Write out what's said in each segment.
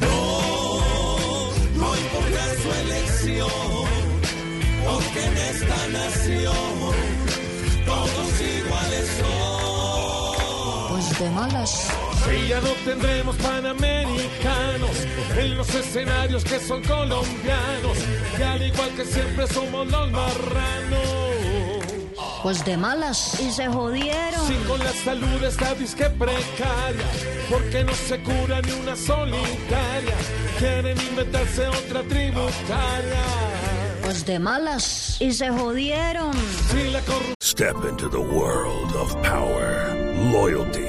No, no importa su elección, porque en esta nación todos iguales son. Pues de malas. Y ya no tendremos panamericanos en los escenarios que son colombianos, y al igual que siempre somos los marranos. Pues de malas. Y se jodieron. Si con la salud está disque precaria, porque no se cura ni una solitaria, quieren inventarse otra tributaria. Pues de malas. Y se jodieron. Si la corrupción Step into the world of power, loyalty,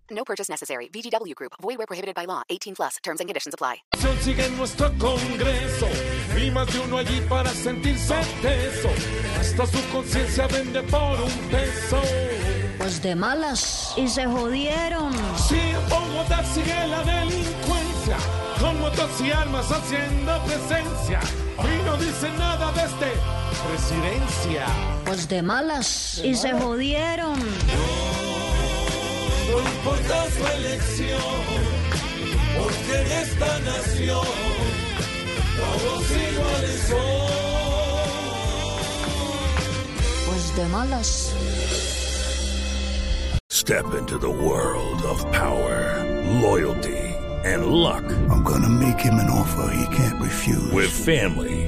No purchase necessary. VGW Group. Void where prohibited by law. 18 plus. Terms and conditions apply. sigue en nuestro congreso, y más de uno allí para sentirse teso, hasta su conciencia vende por un peso. Pues de malas. Y se jodieron. Si en Bogotá sigue la delincuencia, con motos y armas haciendo presencia, y no dice nada de este presidencia. Pues de malas. Y se jodieron. No importa su elección, porque en esta nación todos iguales son. Pues de malas. Step into the world of power, loyalty, and luck. I'm gonna make him an offer he can't refuse. With family,